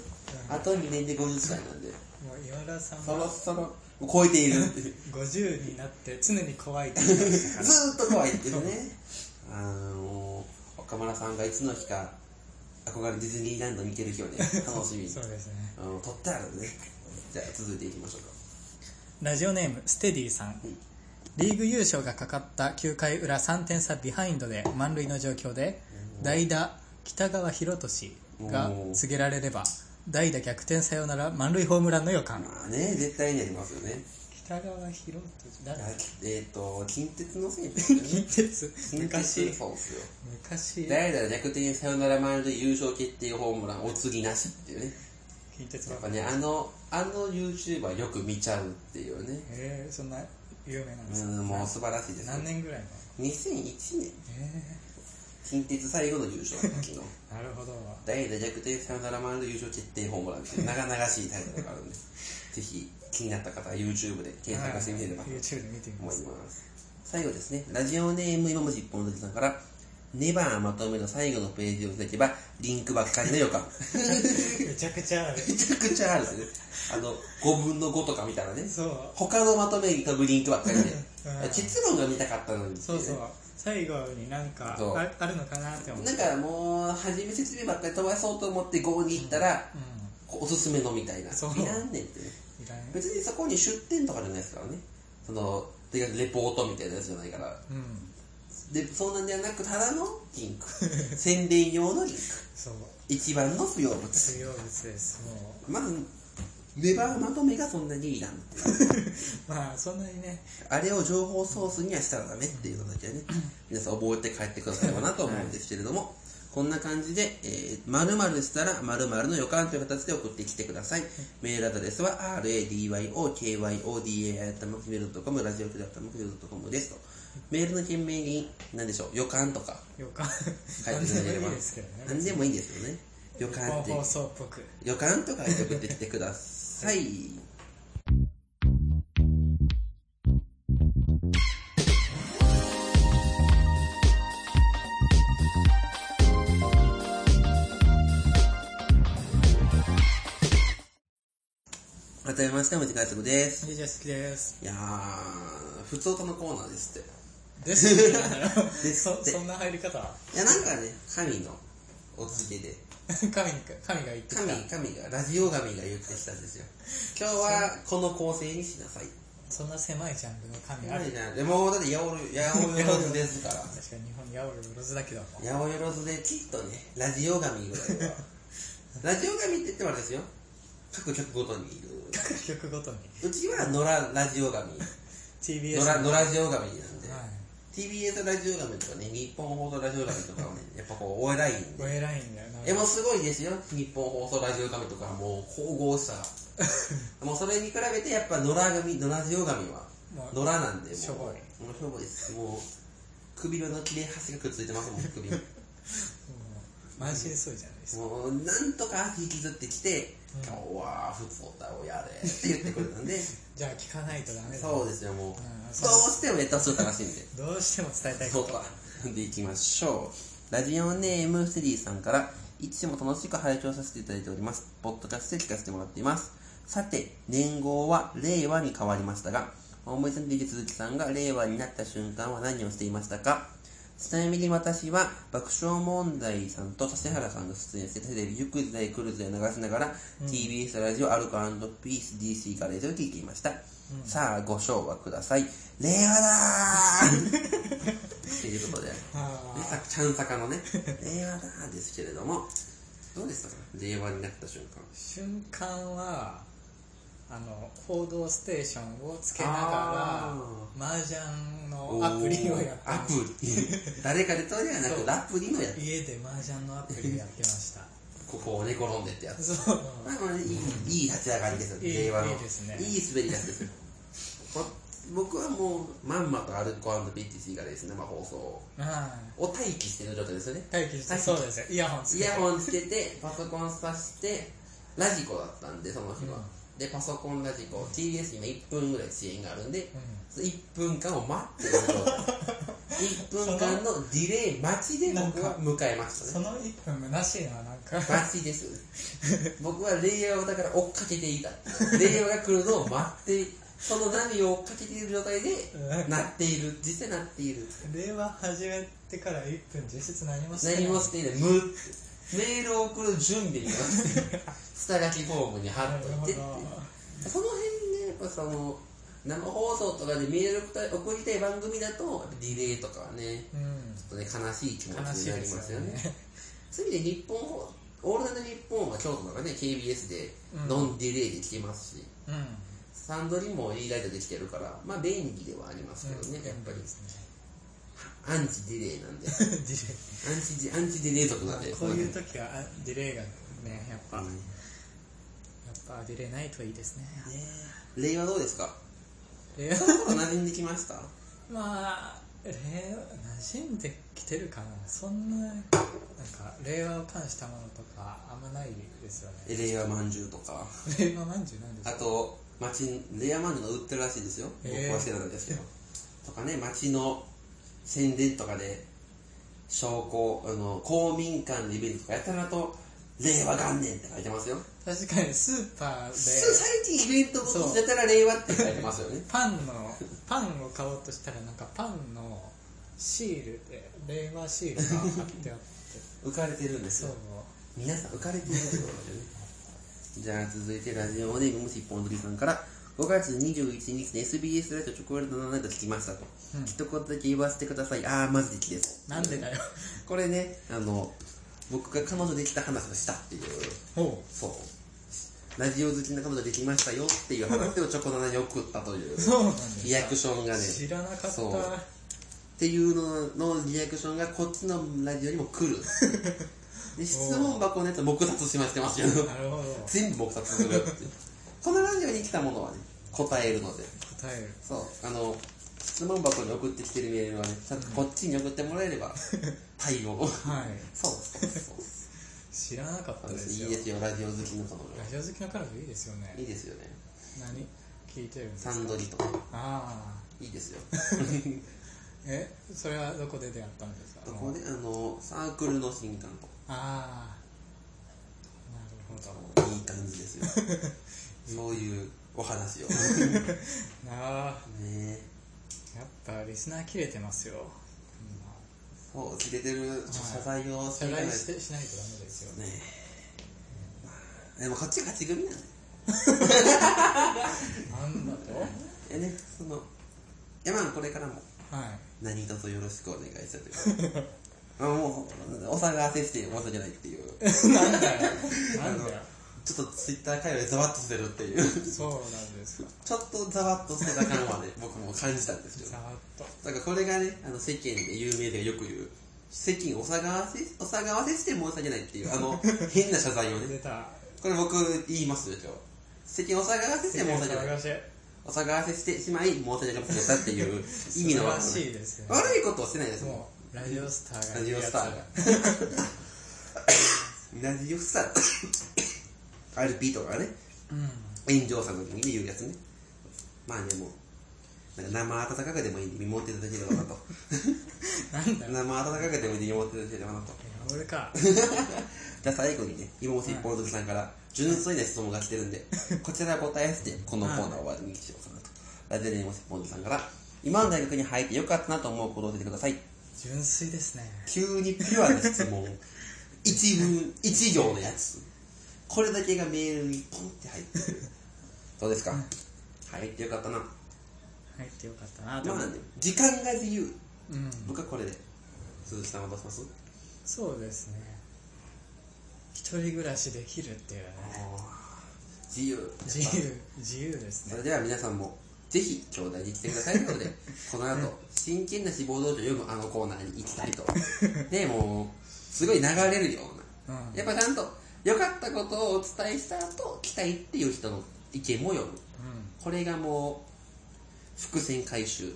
Speaker 1: あと2年で50歳なんで
Speaker 2: もう今田さん
Speaker 1: そろ
Speaker 2: は
Speaker 1: そろ超えているっていう
Speaker 2: 50になって常に怖いって言って ましたから
Speaker 1: ずーっと怖いっていうねあの岡村さんがいつの日か憧れディズニーランドに行ける日をね楽しみ に
Speaker 2: そうですね
Speaker 1: あの撮ってあるんでねじゃあ続いていきましょうか
Speaker 2: ラジオネームステディさんリーグ優勝がかかった9回裏3点差ビハインドで満塁の状況で代打北川博俊が告げられれば代打逆転サヨナラ満塁ホームランの予感
Speaker 1: まあね絶対にありますよね
Speaker 2: 北川博俊誰
Speaker 1: あえっ、と近鉄の選手ですよね
Speaker 2: 近鉄
Speaker 1: 近鉄
Speaker 2: 昔
Speaker 1: そうっすよ
Speaker 2: 昔
Speaker 1: 代打逆転サヨナラ満塁優勝決定ホームランお次なしっていうね
Speaker 2: 近鉄
Speaker 1: や
Speaker 2: ば
Speaker 1: っ
Speaker 2: っ
Speaker 1: ぱ
Speaker 2: か
Speaker 1: ねあのあの YouTuber よく見ちゃうっていうね
Speaker 2: えー、そんな有名なんですよ
Speaker 1: うんもう素晴らしいです
Speaker 2: 何年ぐらいの
Speaker 1: 2001年
Speaker 2: え
Speaker 1: 近鉄最後の優勝の時の
Speaker 2: えなるほど
Speaker 1: 代打逆転サヨナラマンの優勝決定ホームランという長々しいタイトルがあるんですぜひ気になった方は YouTube で検索してみてください
Speaker 2: YouTube で見てみま
Speaker 1: 思い
Speaker 2: す
Speaker 1: ます最後ですねラジオネーム今も一本の時さんから「ネバーまとめ」の最後のページを開けばリンクばっかりの予感
Speaker 2: めちゃくちゃある
Speaker 1: めちゃくちゃあるんですねあの5分の5とか見たらね
Speaker 2: そう
Speaker 1: 他のまとめに飛ぶリンクばっかりで
Speaker 2: うん
Speaker 1: 結論が見たかったのにってい
Speaker 2: そうう
Speaker 1: ね
Speaker 2: そう最後になんか
Speaker 1: そう
Speaker 2: ああるのかなって思って
Speaker 1: なんかもう初め説明ばっかり飛ばそうと思って5に行ったら、
Speaker 2: う
Speaker 1: こうおすすめのみたいな
Speaker 2: そう
Speaker 1: いらんねんってね
Speaker 2: んいらん
Speaker 1: 別にそこに出店とかじゃないですからねそのてかレポートみたいなやつじゃないから
Speaker 2: うん
Speaker 1: でそんなんではなくただのリンク 宣伝用のリンク
Speaker 2: そう
Speaker 1: 一番の不要物
Speaker 2: 水曜物ですも
Speaker 1: まずネバーまとめがそんなにいらんっていう
Speaker 2: うまあそんなにね
Speaker 1: あれを情報ソースにはしたらダメっていうのだけはね皆さん覚えて帰ってくださればなと思うんですけれども、こんな感じで、えー、〇〇したら〇〇の予感という形で送ってきてください。メールアドレスは radyokyodai.com ラジオクラット .com ですと。メールの件名に、何でしょう、予感とか
Speaker 2: よか
Speaker 1: 書いて
Speaker 2: 何
Speaker 1: いただけ
Speaker 2: で
Speaker 1: れ
Speaker 2: も
Speaker 1: ば
Speaker 2: いいですけどね
Speaker 1: 何でもいいんですよね。予
Speaker 2: 日
Speaker 1: 感
Speaker 2: 本
Speaker 1: って
Speaker 2: 放送っぽく
Speaker 1: 予感とか送ってきてください。改めまして、お時間速です。
Speaker 2: いいじゃ好きです
Speaker 1: いやー、普通音のコーナーですって。
Speaker 2: ですって言うんだろ
Speaker 1: ですって
Speaker 2: そそんな入り方
Speaker 1: いや、なんかね、神のお告げで。
Speaker 2: 神に神が言ってきた
Speaker 1: 神、神が、ラジオ神が言ってきたんで すよ。今日はこの構成にしなさい。
Speaker 2: そんな狭いジャンルの神あ
Speaker 1: あ
Speaker 2: る
Speaker 1: れじゃん。でも、だって、やおる、やおよろずですから。
Speaker 2: 確かに日本におるロズだけども
Speaker 1: やおよろずで、きっとね、ラジオ神ぐら いは。ラジオ神って言ってもあれですよ。各局ごとにいる。
Speaker 2: 各局ごとに
Speaker 1: うちは野良ラジオ神。
Speaker 2: TBS
Speaker 1: 野良、野良ラジオ神なんで。
Speaker 2: はい
Speaker 1: TBS ラジオ神とかね、日本放送ラジオ神とかはね、やっぱこう、お偉いんで
Speaker 2: お。偉いんだよな
Speaker 1: えもうすごいですよ日本放送ラジオ神とかもう神々しさが もうそれに比べてやっぱ野良神野良ジオ神は
Speaker 2: もう
Speaker 1: 野良なんでもう
Speaker 2: しょぼい
Speaker 1: もうしょぼいですもう首の切れ端がくっついてます もん首
Speaker 2: もう満身そうじゃないですか
Speaker 1: もうなんとか引きずってきて「今日は普通だをやれ」って言ってくれたん で
Speaker 2: じゃあ聞かないとダメだ
Speaker 1: そうですよもうど
Speaker 2: ん
Speaker 1: うしてもネタするらしいんで
Speaker 2: どうしても伝えたい
Speaker 1: そ
Speaker 2: こ
Speaker 1: うか。で、いきましょう。ラジオネーム、セリーさんから、いつも楽しく拝聴させていただいております。ポッドキャストで聞かせてもらっています。さて、年号は令和に変わりましたが、大森さんと池鈴木さんが令和になった瞬間は何をしていましたかちなみに私は爆笑問題さんと指原さんが出演してテレビ「ゆく時代来る時代」流しながら、TBS ラジオ「アルコピース DC ガレージ」を聞いていました、さあご唱和ください令和だーということで
Speaker 2: とあ
Speaker 1: ねさちゃんさかのね 令和だーですけれどもどうでしたか令和になった瞬間
Speaker 2: ー瞬間はあの「報道ステーション」をつけな
Speaker 1: あ
Speaker 2: がら麻雀のアプリをやって
Speaker 1: ア
Speaker 2: ま
Speaker 1: プ
Speaker 2: し
Speaker 1: リ 誰かでとりではな
Speaker 2: そう
Speaker 1: くアプリのや
Speaker 2: た
Speaker 1: つ
Speaker 2: 家で麻雀のアプリをやってました
Speaker 1: ここを寝転んでってやつ
Speaker 2: そう
Speaker 1: まあこれねいいいい立ち上がりですよ、
Speaker 2: いい
Speaker 1: 令和の
Speaker 2: いいですね
Speaker 1: いい滑り出しですよ こ僕はもうまんまとアルコピッチシーがですね、生放送を
Speaker 2: あ
Speaker 1: を待機してる状態ですよね
Speaker 2: あ待機してそうですよイヤホンつ
Speaker 1: イ
Speaker 2: け
Speaker 1: ヤ
Speaker 2: て
Speaker 1: ホンつけてパソコンさしてラジコだったんでその日は、
Speaker 2: うん
Speaker 1: でパソコンラジコ TBS 今1分ぐらい支援があるんで、
Speaker 2: うん
Speaker 1: その1分間を待ってる状態 1分間のディレイ待ちで僕は迎えました
Speaker 2: そ
Speaker 1: ね
Speaker 2: の1分虚しいななんか
Speaker 1: 待ち です僕は令和をだから追っかけていた令和が来るのを待ってその波を追っかけている状態で
Speaker 2: うん
Speaker 1: なっている実際なっている
Speaker 2: 令和始めてから1分実質何もしてない
Speaker 1: 何もしていない無ってメールを送る準備になって下書きフォームに貼
Speaker 2: な
Speaker 1: っ
Speaker 2: る
Speaker 1: といてって
Speaker 2: ほ
Speaker 1: い
Speaker 2: ど
Speaker 1: うその辺ねやっぱその生放送とかでメール送りたい番組だとやっぱディレイとかはね
Speaker 2: うん
Speaker 1: ちょっとね悲しい気持ちになり
Speaker 2: 悲しい
Speaker 1: ま
Speaker 2: ですす
Speaker 1: よ
Speaker 2: よ
Speaker 1: ね
Speaker 2: ね
Speaker 1: そういう意味で日本放オールナイトニッポンは京都とかね KBS で
Speaker 2: うん
Speaker 1: ノンディレイで聞けますし、
Speaker 2: うん
Speaker 1: サンドリもいいライトできてるからまあ便利ではありますけどね、やっぱり
Speaker 2: ですね
Speaker 1: アンチディレイなんで
Speaker 2: デ
Speaker 1: アン
Speaker 2: ィ
Speaker 1: チディアンチディレイ族なん
Speaker 2: レ
Speaker 1: で
Speaker 2: イこういう
Speaker 1: と
Speaker 2: 時はあディレイがねやっぱ、やっぱディレイないといいですね
Speaker 1: 令和どうですか
Speaker 2: え
Speaker 1: その頃馴染んできました
Speaker 2: まあ令和馴染んできてるかなそんななんか令和を冠したものとかあんまないですよね
Speaker 1: え令和まんじゅうとか
Speaker 2: 令和まんじゅうなんです
Speaker 1: あ
Speaker 2: か
Speaker 1: と町に令和まんじゅうが売ってるらしいですよ僕
Speaker 2: へー
Speaker 1: は知らないですけど、とかね町の宣伝とかで商工あの公民館のイベントとかやたらと令和元年って書いてますよ
Speaker 2: 確かにスーパー
Speaker 1: 普通
Speaker 2: で
Speaker 1: 最近イベントごとやたら令和って書いてますよね
Speaker 2: パンのパンを買おうとしたらなんかパンのシールで令和シールが貼ってあって
Speaker 1: 浮かれてるんです
Speaker 2: そう
Speaker 1: よ皆さん浮かれてるんですよじゃあ続いてラジオネームもし一本取りさんから5月21日に SBS ライトチョコレートの7と聞きましたと、
Speaker 2: うん
Speaker 1: 一言だけ言わせてくださいああマジできです
Speaker 2: なんでだよ
Speaker 1: これねあの僕が彼女できた話をしたっていう
Speaker 2: ほ
Speaker 1: そうラジオ好きな彼女できましたよっていう話をチョコナナに送ったと いう
Speaker 2: うそうなんで
Speaker 1: リア
Speaker 2: す
Speaker 1: クションがね
Speaker 2: 知らなかった
Speaker 1: そうっていうののリアクションがこっちのラジオにも来るで質問箱のやつは黙殺しましてますよ
Speaker 2: なるほど答
Speaker 1: 全部黙殺するってこのラジオに来たものはね答えるので
Speaker 2: える
Speaker 1: そうあの質問箱に送ってきてるメールはねちゃんとこっちに送ってもらえれ ば対応
Speaker 2: はい
Speaker 1: そうそうそう
Speaker 2: 知らなかっ
Speaker 1: そ
Speaker 2: た
Speaker 1: う
Speaker 2: で
Speaker 1: ですす
Speaker 2: よ
Speaker 1: いいですよラジオ好きの彼
Speaker 2: ラジオ好きの彼女いいですよ
Speaker 1: 女い
Speaker 2: ね
Speaker 1: いですよね
Speaker 2: 何聞いてるんです
Speaker 1: サ
Speaker 2: か
Speaker 1: ンドリとか
Speaker 2: ああ
Speaker 1: いい ですよ
Speaker 2: えそれはどこで出会ったんですか
Speaker 1: ここねあのサークルの新刊と
Speaker 2: ああなるほど
Speaker 1: かいい感じですよ そういうお話 をね
Speaker 2: なあ
Speaker 1: え
Speaker 2: やっぱリスナー切れてますよ
Speaker 1: そう切れてるちょっと謝罪をして
Speaker 2: 謝
Speaker 1: いかない
Speaker 2: 罪
Speaker 1: と
Speaker 2: してしないとダメですよね
Speaker 1: ねえでもこっち勝ち組なんで
Speaker 2: なんだと
Speaker 1: えねその山これからも
Speaker 2: はい
Speaker 1: 何卒よろしくお願いしたいというかあもうお騒がせして申し訳ないっていう
Speaker 2: なんだよなんだよ
Speaker 1: ちょっとツイッター界隈ざわっとしてるっていう
Speaker 2: そうなんですか
Speaker 1: ちょっとざわっとしてた感はね僕も感じたんですよ
Speaker 2: ざわっと
Speaker 1: だからこれがねあの世間で有名でよく言う世間をお騒がせお騒がせして申し訳ないっていうあの変な謝罪をね
Speaker 2: 出た
Speaker 1: これ僕言いますよ今日世間をお騒がせして申し訳ない
Speaker 2: がし
Speaker 1: お騒がせしてしまい申し訳なかったっていう意味の
Speaker 2: 素晴らしいですね
Speaker 1: 悪いことをしてないですもん
Speaker 2: もうラジオスターが
Speaker 1: ラジオスターがラジオスター RP とかね
Speaker 2: うん
Speaker 1: 炎上さんの時に言うやつねまあねもうなんか生温かくでもいいんで見守っていただければなと
Speaker 2: なんだよ
Speaker 1: 生 温かくでもいいんで見守っていただければなと
Speaker 2: 俺か
Speaker 1: じゃあ最後にね今もし一本ずつさんから純粋な質問が来てるん でこちら答えしてこのコーナーを終わりにしようかなとラジオネーム一本ずつさんから今の大学に入ってよかったなと思うことを教えてください
Speaker 2: 純粋ですね
Speaker 1: 急にピュアな質問一文一行のやつこれだけがメールにポンって入ってるどうですか入ってよかったな
Speaker 2: 入ってよかったなと
Speaker 1: ま
Speaker 2: 思
Speaker 1: あ
Speaker 2: う
Speaker 1: ね時間が自由
Speaker 2: うん
Speaker 1: 僕はこれで鈴木さんはどうします
Speaker 2: そうですね一人暮らしできるっていうね
Speaker 1: 自由
Speaker 2: 自由自由です
Speaker 1: そ
Speaker 2: ね
Speaker 1: れでは皆さんもぜひ兄弟に来てくださいということで この後真剣な志望道場を読むあのコーナーに行った りとでもうすごい流れるような
Speaker 2: うん
Speaker 1: やっぱちゃんと良かったことをお伝えした後期待っていう人の意見も読む
Speaker 2: うん
Speaker 1: これがもう伏線回 収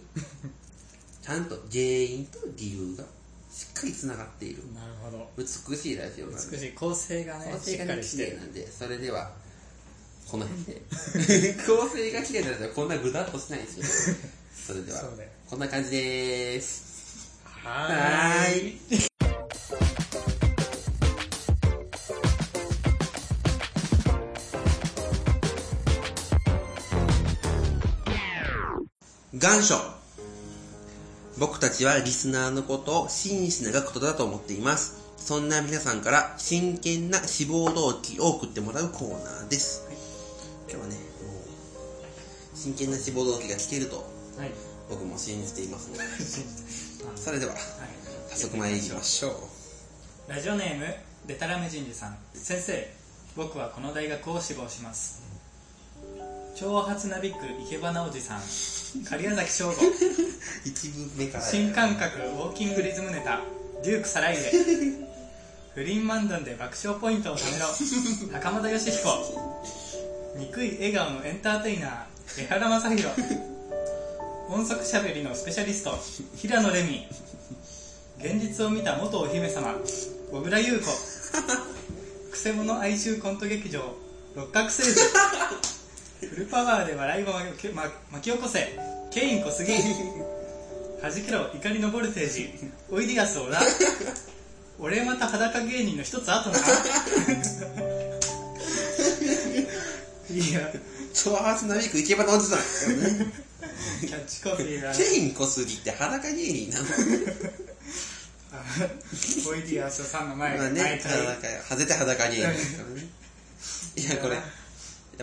Speaker 1: ちゃんと原因と理由がしっかりつながっている
Speaker 2: なるほど
Speaker 1: 美しいラジオなん
Speaker 2: 美
Speaker 1: で
Speaker 2: しい構成がね
Speaker 1: 構
Speaker 2: し
Speaker 1: 成
Speaker 2: っか
Speaker 1: が
Speaker 2: り
Speaker 1: 綺
Speaker 2: して
Speaker 1: 麗
Speaker 2: る
Speaker 1: なんでそれではこの辺で構成が綺麗なんでこんなぐだっとしないんですよそれでは
Speaker 2: そうだよ
Speaker 1: こんな感じでーす
Speaker 2: は
Speaker 1: はーい願書僕たちはリスナーのことを真摯な学徒だと思っていますそんな皆さんから真剣な志望動機を送ってもらうコーナーです、今日はねもう真剣な志望動機が聞けると
Speaker 2: はいはい
Speaker 1: 僕も信じていますのでそれでは
Speaker 2: はい
Speaker 1: 早速参りましょう
Speaker 2: ラジオネームデタラメ人事さん先生僕はこの大学を志望します長髪なびく生け花お じさん狩矢崎翔吾
Speaker 1: 一部目から
Speaker 2: 新感覚ウォーキングリズムネタデュークサライレ不倫漫談で爆笑ポイントをためろ袴田義彦憎い笑顔のエンターテイナー江原正宏音速しゃべりのスペシャリスト平野レミ現実を見た元お姫様小倉優子くせ者哀愁コント劇場六角製図フルパワーで笑いを巻き,、ま、巻き起こせケイン小杉はじけろ怒りのボルテ ージおいでやす小田俺また裸芸人の一つ後 ないや
Speaker 1: 超ハースナビックイケバのおじさん。
Speaker 2: キャッチコピーが
Speaker 1: ケイン小杉って裸芸人なの
Speaker 2: あおいでやすさんの前
Speaker 1: まあね、
Speaker 2: 毎
Speaker 1: 裸
Speaker 2: 回
Speaker 1: は絶対裸芸人ですからね。いや、これ、や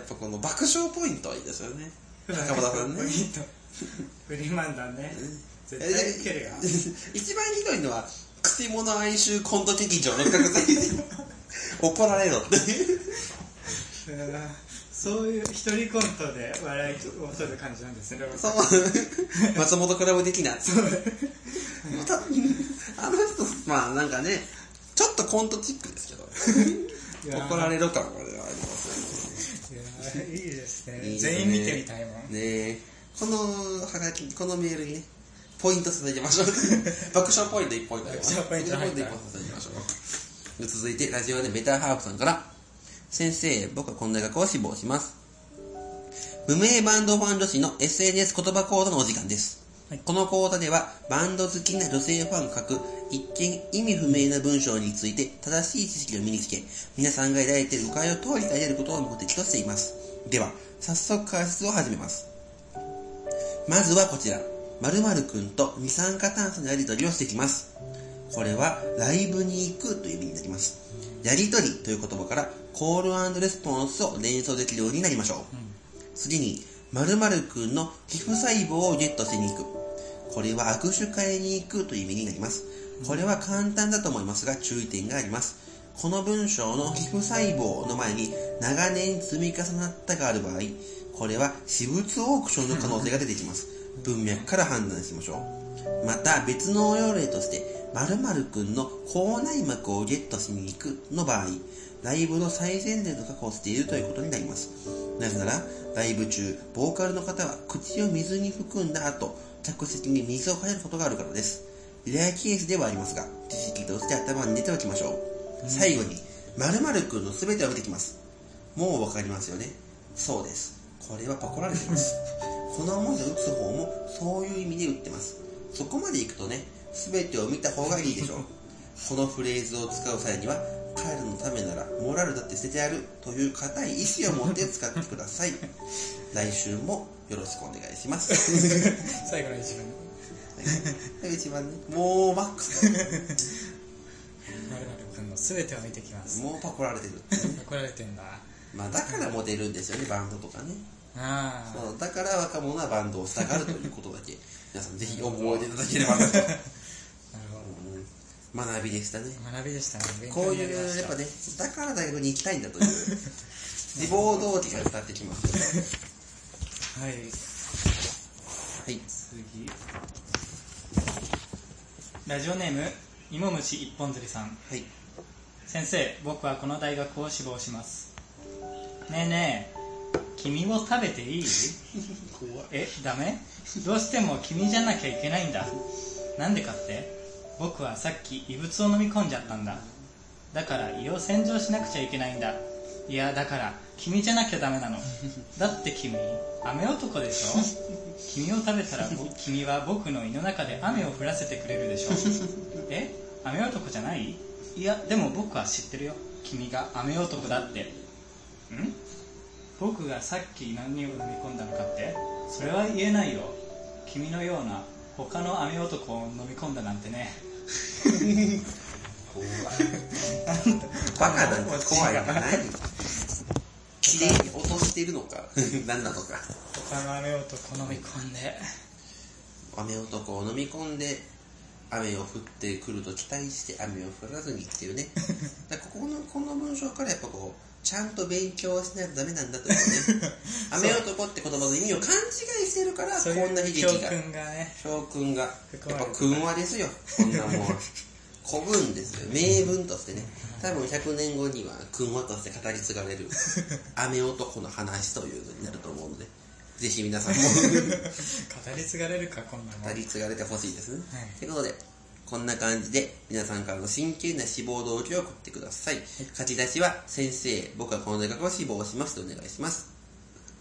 Speaker 1: っぱこの爆笑ポイントはいいですよね。高田さんね
Speaker 2: ポイ。ント フリーマンだね絶対ウケるよ
Speaker 1: 一番ひどいのは、くせ者哀愁コント劇場の格差怒られろっていう。
Speaker 2: うんそういう一人コントで笑いを取る感じなんですね
Speaker 1: そう。松本クラブ的な。また、 あの人、まあなんかね、ちょっとコントチックですけど。
Speaker 2: いやー
Speaker 1: 怒られる感これはあります
Speaker 2: いやーいいですね
Speaker 1: よね。
Speaker 2: 全員見てみたいもん
Speaker 1: ねえこのハガキ、このメールにね、ポイントさせていきま しょう。爆笑ポイント1ポイントあります。
Speaker 2: 爆笑ポイント入
Speaker 1: 爆笑ポイ
Speaker 2: った
Speaker 1: ント一本させていきましょう。続いて、ラジオでベターハープさんから。先生、僕はこの大学を志望します。無名バンドファン女子の SNS 言葉講座のお時間です。
Speaker 2: はい
Speaker 1: この講座では、バンド好きな女性ファンが書く、一見意味不明な文章について正しい知識を身につけ、皆さんが抱いている誤解を通り伝えることを目的としています。では、早速解説を始めます。まずはこちら。〇〇くんと二酸化炭素のやり取りをしてきます。これは、ライブに行くという意味になります。やり取りという言葉から、コールレスポンスを連想できるようになりましょう。次に、〇〇くんの皮膚細胞をゲットしに行く。これは握手会に行くという意味になります。これは簡単だと思いますが、注意点があります。この文章の皮膚細胞の前に長年積み重なったがある場合、これは私物オークションの可能性が出てきます。文脈から判断しましょう。また別の応用例として、〇〇くんの口内膜をゲットしに行くの場合、ライブの最前列を確保しているということになります。なぜなら、ライブ中、ボーカルの方は口を水に含んだ後、客席に水をかけることがあるからです。レアケースではありますが、知識として頭に入れておきましょう。最後に、〇〇くんの全てを見てきます。もうわかりますよね。そうです。これはパコられてます。この文字を打つ方もそういう意味で打ってます。そこまでいくとね、全てを見た方がいいでしょう。このフレーズを使う際には、彼らのためならモラルだって捨ててやるという固い意志を持って使ってください。来週もよろしくお願いします。
Speaker 2: 最後の一番
Speaker 1: 一番ね、もうマックスだ。
Speaker 2: 丸々くんの全てを見てきます
Speaker 1: もうパコられてる。
Speaker 2: 怒られてんだ
Speaker 1: まあだからモデルんですよね、バンドとかね。
Speaker 2: ああ
Speaker 1: そうだから若者はバンドをしたがるということだけ、皆さんぜひ覚えていただければなと。
Speaker 2: なるほ
Speaker 1: うん学びでしたね。
Speaker 2: ど学びでしたね勉
Speaker 1: こうい
Speaker 2: 強になりま
Speaker 1: う、
Speaker 2: し
Speaker 1: やったぱね、だから大学に行きたいんだという、自暴動機が伝わってきます。
Speaker 2: はい
Speaker 1: はい。
Speaker 2: 次ラジオネーム芋虫一本釣りさん
Speaker 1: はい。
Speaker 2: 先生僕はこの大学を志望しますねえねえ君を食べていい
Speaker 1: 怖
Speaker 2: えダメどうしても君じゃなきゃいけないんだなんでかって僕はさっき異物を飲み込んじゃったんだだから胃を洗浄しなくちゃいけないんだいやだから君じゃなきゃダメなのだって君雨男でしょ君を食べたらぼ君は僕の胃の中で雨を降らせてくれるでしょえ雨男じゃないいやでも僕は知ってるよ君が雨男だってん僕がさっき何を飲み込んだのかってそれは言えないよ君のような他の雨男を飲み込んだなんてね
Speaker 1: 怖い。バカなんか怖いのかない綺麗に落としてるのか、何なのか。
Speaker 2: 他の雨男飲み込んで
Speaker 1: 雨男を飲み込んで、雨を降ってくると期待して雨を降らずにっていうね。だからここの、この文章からやっぱこう、ちゃんと勉強はしないとダメなんだというね。雨男って言葉の意味を勘違いしてるから、
Speaker 2: そう
Speaker 1: こんな悲
Speaker 2: いう
Speaker 1: 劇
Speaker 2: 教
Speaker 1: が。
Speaker 2: 訓がね
Speaker 1: 翔くんが、や
Speaker 2: 含
Speaker 1: っ
Speaker 2: ま
Speaker 1: ぱ
Speaker 2: れて
Speaker 1: くんはですよ、こんなもんは。古文ですよ、名文としてね。多分100年後にはくんはとして語り継がれる、雨男の話というのになると思うので、ぜひ皆さんも
Speaker 2: 語り継がれるかこんなもん
Speaker 1: 語り継がれてほしいですね。
Speaker 2: はい
Speaker 1: ということで、こんな感じで皆さんからの真剣な志望動機を送ってください。書き出しは先生、僕はこの大学を志望しますとお願いします。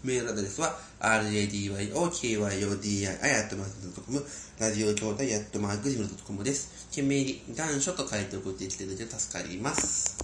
Speaker 1: メールアドレスは radyokyodii.com ラジオ兄弟 .gmail.com です。懸命に願書と書いて送ってきていただけると助かります。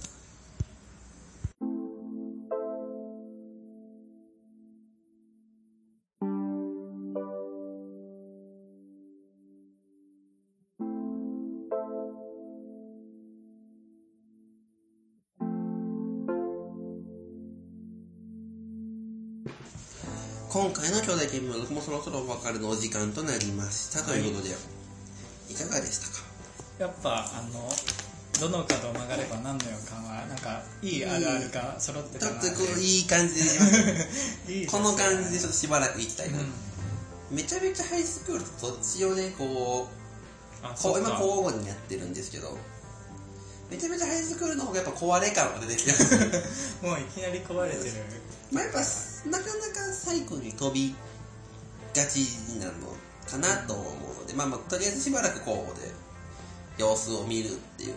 Speaker 1: 今回の兄弟見聞録もそろそろお別れのお時間となりましたということで、い、かがでしたか
Speaker 2: やっぱあのどの角を曲がれば何の予感はなんかいいあるあるが揃っ
Speaker 1: ち
Speaker 2: て
Speaker 1: ょ
Speaker 2: た
Speaker 1: っ
Speaker 2: なっ
Speaker 1: と
Speaker 2: て
Speaker 1: こういい感じでしましたね
Speaker 2: いいです
Speaker 1: こ
Speaker 2: ね
Speaker 1: の感じでちょっとしばらく行きたいな、
Speaker 2: うん
Speaker 1: めちゃめちゃハイスクールとどっちをねこう
Speaker 2: あ
Speaker 1: こ
Speaker 2: そうう
Speaker 1: 今
Speaker 2: か
Speaker 1: 交互にやってるんですけどめちゃめちゃハイスクールの方がやっぱ壊れ感が出てきます
Speaker 2: もういきなり壊れてる
Speaker 1: まあやっぱなかなか最後に飛びがちになるのかなと思うので、まあまあとりあえずしばらく交互で様子を見るっていう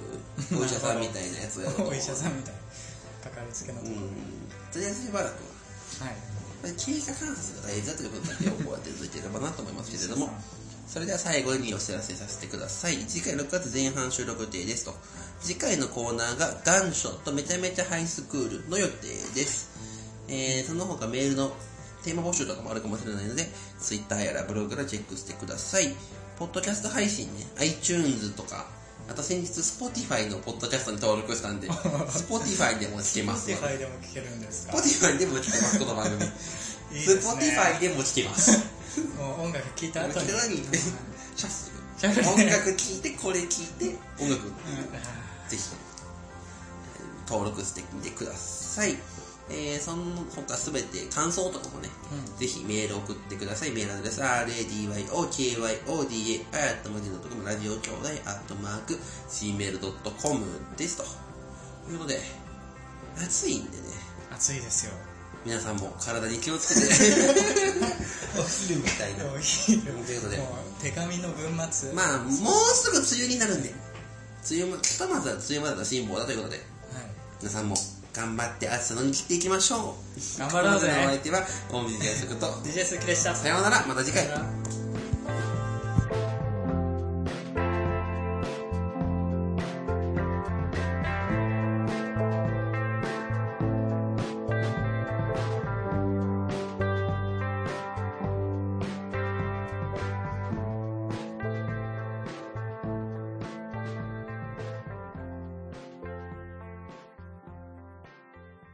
Speaker 1: お医者さんみたいなやつをやろうと思
Speaker 2: お
Speaker 1: う
Speaker 2: 医者さんみたいなかかりつけのと
Speaker 1: う
Speaker 2: こ
Speaker 1: ん
Speaker 2: ろ、
Speaker 1: とりあえずしばらくは
Speaker 2: はい
Speaker 1: まあ経過観察が大事だということだけをこうやって続いていればなと思いますけれども
Speaker 2: あ
Speaker 1: それでは最後にお知らせさせてください。次回6月前半収録予定ですと。次回のコーナーが願書とめちゃめちゃハイスクールの予定です。えー、その他メールのテーマ募集とかもあるかもしれないので、Twitter やらブログからチェックしてください。ポッドキャスト配信ね、iTunes とか、あと先日 Spotify のポッドキャストに登録したんで、Spotify でも聞けますので。
Speaker 2: Spotify でも聞けるんですか
Speaker 1: Spotify でも聞けます、この番組。
Speaker 2: いいですね
Speaker 1: Spotify でも聞けます。
Speaker 2: もう音楽聴いた後に
Speaker 1: 聞いた後に
Speaker 2: うん
Speaker 1: シャッス
Speaker 2: シャ
Speaker 1: ル
Speaker 2: ッスル
Speaker 1: 音楽聴いてこれ聴いて音楽、
Speaker 2: あ
Speaker 1: ぜひ登録してみてください、えー、その他すべて感想とかもね、ぜひメール送ってくださいメールアドレス radyokyodai アットマジのとこもラジオ兄弟アットマーク gmail.com ですとということで暑いんでね
Speaker 2: 暑いですよ
Speaker 1: 皆さんも体に気をつけて お昼みたいな
Speaker 2: もういいよ
Speaker 1: と
Speaker 2: もう
Speaker 1: いうことで
Speaker 2: 手紙の文末
Speaker 1: まあ、もうすぐ梅雨になるんで、梅雨も、ひとまずは梅雨までの辛抱だということで、
Speaker 2: はい
Speaker 1: 皆さんも頑張って暑さ乗り切っていきましょう。
Speaker 2: 頑張ろうぜ
Speaker 1: ここまでのお相手は、大水原則と、
Speaker 2: DJ 鈴木でした
Speaker 1: さようなら、また次回。
Speaker 2: さようなら